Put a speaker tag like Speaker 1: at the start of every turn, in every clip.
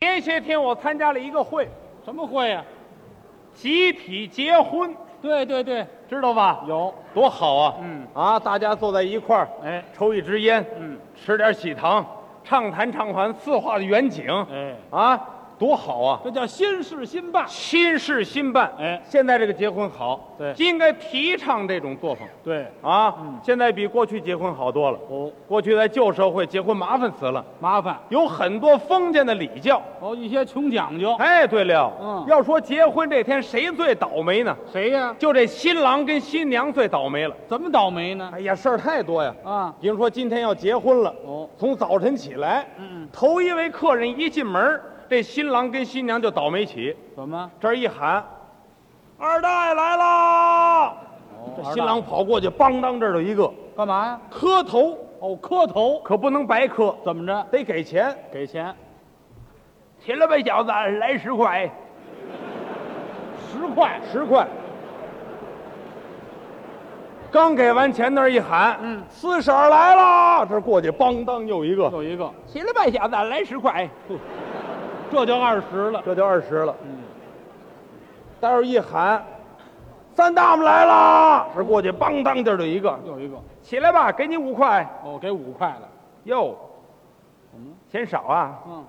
Speaker 1: 前些天我参加了一个会，
Speaker 2: 什么会呀、
Speaker 1: 集体结婚，
Speaker 2: 对对对，
Speaker 1: 知道吧？
Speaker 2: 有，
Speaker 1: 多好啊！
Speaker 2: 嗯
Speaker 1: 啊，大家坐在一块儿，
Speaker 2: 哎
Speaker 1: 抽一支烟，
Speaker 2: 嗯，
Speaker 1: 吃点喜糖，畅谈畅谈四化的远景，
Speaker 2: 哎，
Speaker 1: 啊，多好啊！
Speaker 2: 这叫新事新办。
Speaker 1: 新事新办，
Speaker 2: 哎
Speaker 1: 现在这个结婚好，
Speaker 2: 对
Speaker 1: 应该提倡这种作风
Speaker 2: 对，
Speaker 1: 啊。
Speaker 2: 嗯
Speaker 1: 现在比过去结婚好多了。
Speaker 2: 哦，
Speaker 1: 过去在旧社会结婚麻烦死了，
Speaker 2: 麻烦
Speaker 1: 有很多封建的礼教。
Speaker 2: 哦，一些穷讲究。
Speaker 1: 哎，对了，
Speaker 2: 嗯
Speaker 1: 要说结婚这天谁最倒霉呢？
Speaker 2: 谁呀、
Speaker 1: 就这新郎跟新娘最倒霉了。
Speaker 2: 怎么倒霉呢？
Speaker 1: 哎呀，事儿太多呀！
Speaker 2: 啊，
Speaker 1: 比如说今天要结婚了，
Speaker 2: 哦，
Speaker 1: 从早晨起来，
Speaker 2: 嗯嗯，
Speaker 1: 头一位客人一进门，这新郎跟新娘就倒霉起，
Speaker 2: 怎么？
Speaker 1: 这儿一喊，二大爷来啦！这新郎跑过去，梆当这儿有一个
Speaker 2: 哦干嘛呀？
Speaker 1: 磕头，
Speaker 2: 哦，磕头，
Speaker 1: 可不能白磕，
Speaker 2: 怎么着？
Speaker 1: 得给钱。
Speaker 2: 给钱
Speaker 1: 起来呗，小子，来十块，
Speaker 2: 十块。
Speaker 1: 十块。刚给完钱，那儿一喊，
Speaker 2: 嗯
Speaker 1: 四婶儿来啦！这儿过去，梆当又一个，
Speaker 2: 有一个，
Speaker 1: 起来呗，小子，来十块，
Speaker 2: 这就二十了。
Speaker 1: 这就二十了。嗯，待会儿一喊，三大们来啦！这儿过去，梆当这儿就一个，
Speaker 2: 有一个，
Speaker 1: 起来吧，给你五块。
Speaker 2: 哦，给五块了。
Speaker 1: 哟，嫌少啊？
Speaker 2: 嗯，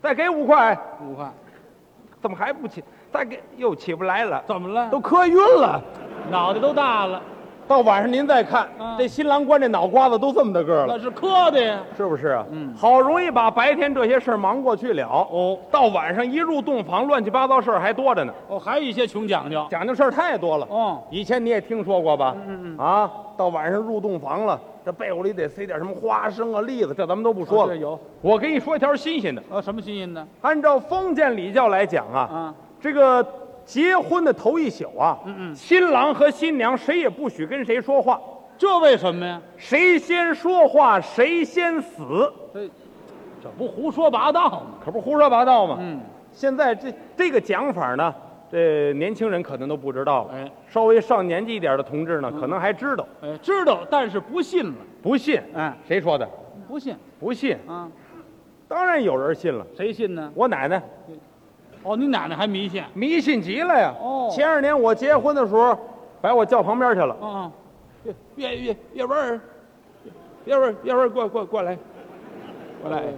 Speaker 1: 再给五块，
Speaker 2: 五块。
Speaker 1: 怎么还不起？再给又起不来了，
Speaker 2: 怎么了？
Speaker 1: 都磕晕了。
Speaker 2: 脑袋都大了，
Speaker 1: 到晚上您再看，
Speaker 2: 嗯
Speaker 1: 这新郎官这脑瓜子都这么大个儿了
Speaker 2: 那，是磕的呀。
Speaker 1: 是不是啊？
Speaker 2: 嗯
Speaker 1: 好容易把白天这些事儿忙过去了，
Speaker 2: 哦
Speaker 1: 到晚上一入洞房，乱七八糟事儿还多着呢，
Speaker 2: 哦，还有一些穷讲究。
Speaker 1: 讲究事儿太多了。
Speaker 2: 哦，
Speaker 1: 以前你也听说过吧？嗯嗯啊，到晚上入洞房了，这被窝里得塞点什么花生啊、栗子，这咱们都不说了。
Speaker 2: 啊对有，
Speaker 1: 我给你说一条新鲜的。
Speaker 2: 呃，什么新音呢？
Speaker 1: 按照封建礼教来讲啊，
Speaker 2: 啊，
Speaker 1: 这个结婚的头一宿啊，
Speaker 2: 嗯嗯
Speaker 1: 新郎和新娘谁也不许跟谁说话，
Speaker 2: 这为什么呀？
Speaker 1: 谁先说话谁先死，
Speaker 2: 这这不胡说八道吗？
Speaker 1: 可不是胡说八道吗？
Speaker 2: 嗯，
Speaker 1: 现在这这个讲法呢，这年轻人可能都不知道了，
Speaker 2: 哎
Speaker 1: 稍微上年纪一点的同志呢，可能还知道，
Speaker 2: 哎，知道，但是不信了。
Speaker 1: 不信，
Speaker 2: 哎，
Speaker 1: 谁说的？
Speaker 2: 不信
Speaker 1: 不信，
Speaker 2: 啊？
Speaker 1: 当然有人信了。
Speaker 2: 谁信呢？
Speaker 1: 我奶奶
Speaker 2: 哦，你奶奶还迷信？
Speaker 1: 迷信极了呀！
Speaker 2: 哦
Speaker 1: 前二年我结婚的时候，把我叫旁边去了。
Speaker 2: 啊，月月月文儿，月文儿，月文儿，过过过来，
Speaker 1: 我奶奶，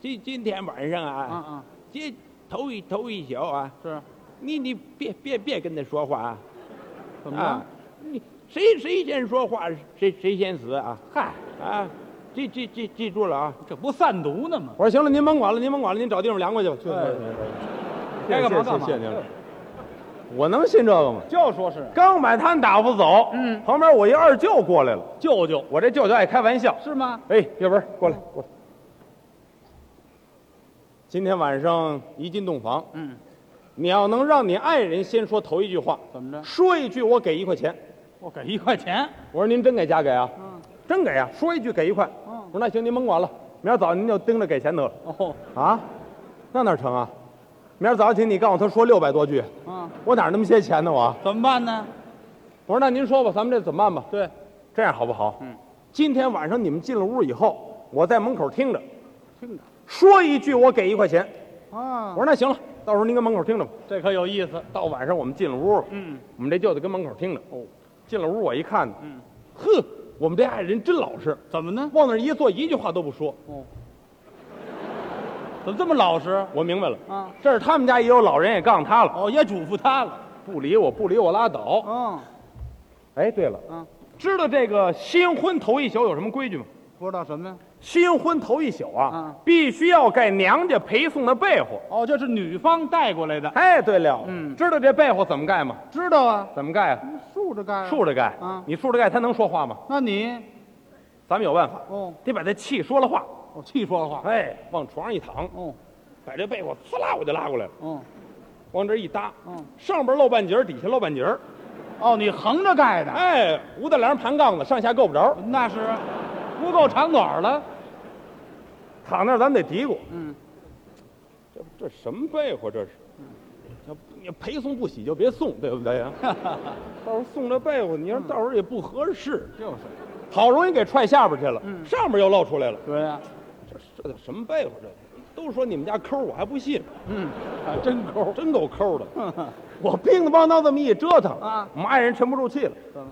Speaker 1: 今今天晚上
Speaker 2: 啊
Speaker 1: 啊，
Speaker 2: 啊，
Speaker 1: 今头一头一宿啊，
Speaker 2: 是
Speaker 1: 你你别别别跟他说话啊！
Speaker 2: 怎么
Speaker 1: 啊
Speaker 2: 了？，
Speaker 1: 你谁谁先说话，谁谁先死啊！
Speaker 2: 嗨，
Speaker 1: 啊，记记记记住了啊！
Speaker 2: 这不散毒呢吗？
Speaker 1: 我说行了，您甭管了，您甭管了，您找地方凉快去吧。去
Speaker 2: 哎
Speaker 1: 去去
Speaker 2: 该干嘛
Speaker 1: 谢谢
Speaker 2: 干嘛
Speaker 1: 谢谢您了。我能信这个吗？
Speaker 2: 就说是
Speaker 1: 刚把他们打发走，
Speaker 2: 嗯
Speaker 1: 旁边我一二舅过来了，
Speaker 2: 舅舅
Speaker 1: 我这舅舅爱开玩笑，
Speaker 2: 是吗？
Speaker 1: 哎，月文过来过来。今天晚上一进洞房，
Speaker 2: 嗯，
Speaker 1: 你要能让你爱人先说头一句话，
Speaker 2: 怎么着？
Speaker 1: 说一句我给一块钱。
Speaker 2: 我给一块钱。
Speaker 1: 我说您真给假给啊？
Speaker 2: 嗯，
Speaker 1: 真给啊！说一句给一块。
Speaker 2: 嗯
Speaker 1: 我说那行您甭管了，明儿早您就盯着给钱得了。
Speaker 2: 哦，
Speaker 1: 啊，那哪成啊？明儿早起你告诉他说六百多句，
Speaker 2: 啊，
Speaker 1: 我哪儿那么些钱呢？我
Speaker 2: 怎么办呢？
Speaker 1: 我说那您说吧，咱们这怎么办吧？
Speaker 2: 对，
Speaker 1: 这样好不好？
Speaker 2: 嗯，
Speaker 1: 今天晚上你们进了屋以后，我在门口听着，
Speaker 2: 听着
Speaker 1: 说一句我给一块钱。
Speaker 2: 啊
Speaker 1: 我，说那行了，到时候您跟门口听着吧。
Speaker 2: 这可有意思。
Speaker 1: 到晚上我们进了屋了，
Speaker 2: 嗯，
Speaker 1: 我们这舅舅跟门口听着。
Speaker 2: 哦，
Speaker 1: 进了屋我一看，
Speaker 2: 嗯，
Speaker 1: 呵，我们这爱人真老实，
Speaker 2: 怎么呢？
Speaker 1: 往那儿一坐，一句话都不说。
Speaker 2: 哦，怎么这么老实
Speaker 1: 我明白了，
Speaker 2: 啊？
Speaker 1: 这是他们家也有老人也杠他了，
Speaker 2: 哦，也嘱咐他了。
Speaker 1: 不理我，不理我拉倒。
Speaker 2: 嗯，
Speaker 1: 哎，对了，
Speaker 2: 嗯，
Speaker 1: 知道这个新婚头一宿有什么规矩吗？
Speaker 2: 不知道什么呀？
Speaker 1: 新婚头一宿啊，
Speaker 2: 嗯
Speaker 1: 必须要盖娘家陪送的被窝。
Speaker 2: 哦，这是女方带过来的，
Speaker 1: 哎，对了，
Speaker 2: 嗯
Speaker 1: 知道这被窝怎么盖吗？
Speaker 2: 知道啊？
Speaker 1: 怎么盖啊？
Speaker 2: 竖着盖
Speaker 1: 竖
Speaker 2: 着。
Speaker 1: 着盖。
Speaker 2: 嗯
Speaker 1: 你竖着盖，他能说话吗？
Speaker 2: 那你，
Speaker 1: 咱们有办法，
Speaker 2: 哦，
Speaker 1: 得把这气说了话。
Speaker 2: 我哦气说话。
Speaker 1: 哎，往床上一躺，
Speaker 2: 哦，
Speaker 1: 把这被窝呲啦我就拉过来了，
Speaker 2: 哦，
Speaker 1: 往这一搭，
Speaker 2: 嗯，
Speaker 1: 上边露半截儿，底下露半截儿。
Speaker 2: 哦，你横着盖的，
Speaker 1: 哎，五大梁盘杠子，上下够不着。
Speaker 2: 那是不够长短了。
Speaker 1: 躺那儿咱们得嘀咕，
Speaker 2: 嗯，
Speaker 1: 这这什么被窝这是？要你陪送不喜就别送，对不对 呀？到时候送这被窝，你说
Speaker 2: 嗯
Speaker 1: 到时候也不合适。
Speaker 2: 就是。
Speaker 1: 好容易给踹下边去了，
Speaker 2: 嗯
Speaker 1: 上边又露出来了。
Speaker 2: 对呀、啊
Speaker 1: 这这叫什么被窝？这都说你们家抠，我还不信，
Speaker 2: 嗯，啊，真抠。
Speaker 1: 真够抠的。 我乒乓乓当这么一折腾
Speaker 2: 啊
Speaker 1: 我们爱人沉不住气了。
Speaker 2: 怎么？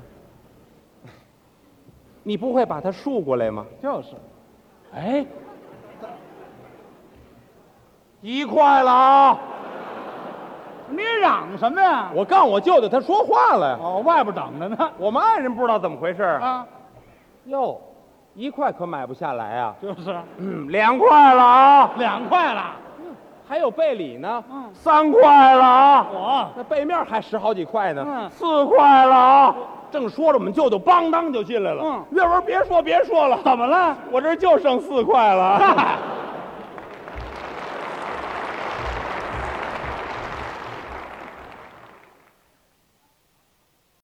Speaker 1: 你不会把它竖过来吗？
Speaker 2: 就是，
Speaker 1: 哎，一块了啊！
Speaker 2: 你嚷什么呀？
Speaker 1: 我告诉我舅舅，他说话了呀。
Speaker 2: 哦，外边等着呢。
Speaker 1: 我们爱人不知道怎么回事啊。
Speaker 2: 啊，
Speaker 1: 哟，一块可买不下来啊。
Speaker 2: 就是
Speaker 1: 嗯，两块了啊，
Speaker 2: 两块了。
Speaker 1: 还有贝里呢，
Speaker 2: 嗯
Speaker 1: 三块了啊。
Speaker 2: 我
Speaker 1: 那背面还十好几块呢，
Speaker 2: 嗯
Speaker 1: 四块了啊！正说着，我们舅舅邦当就进来了。
Speaker 2: 嗯
Speaker 1: 月文，别说别说了，
Speaker 2: 怎么了？
Speaker 1: 我这就剩四块了。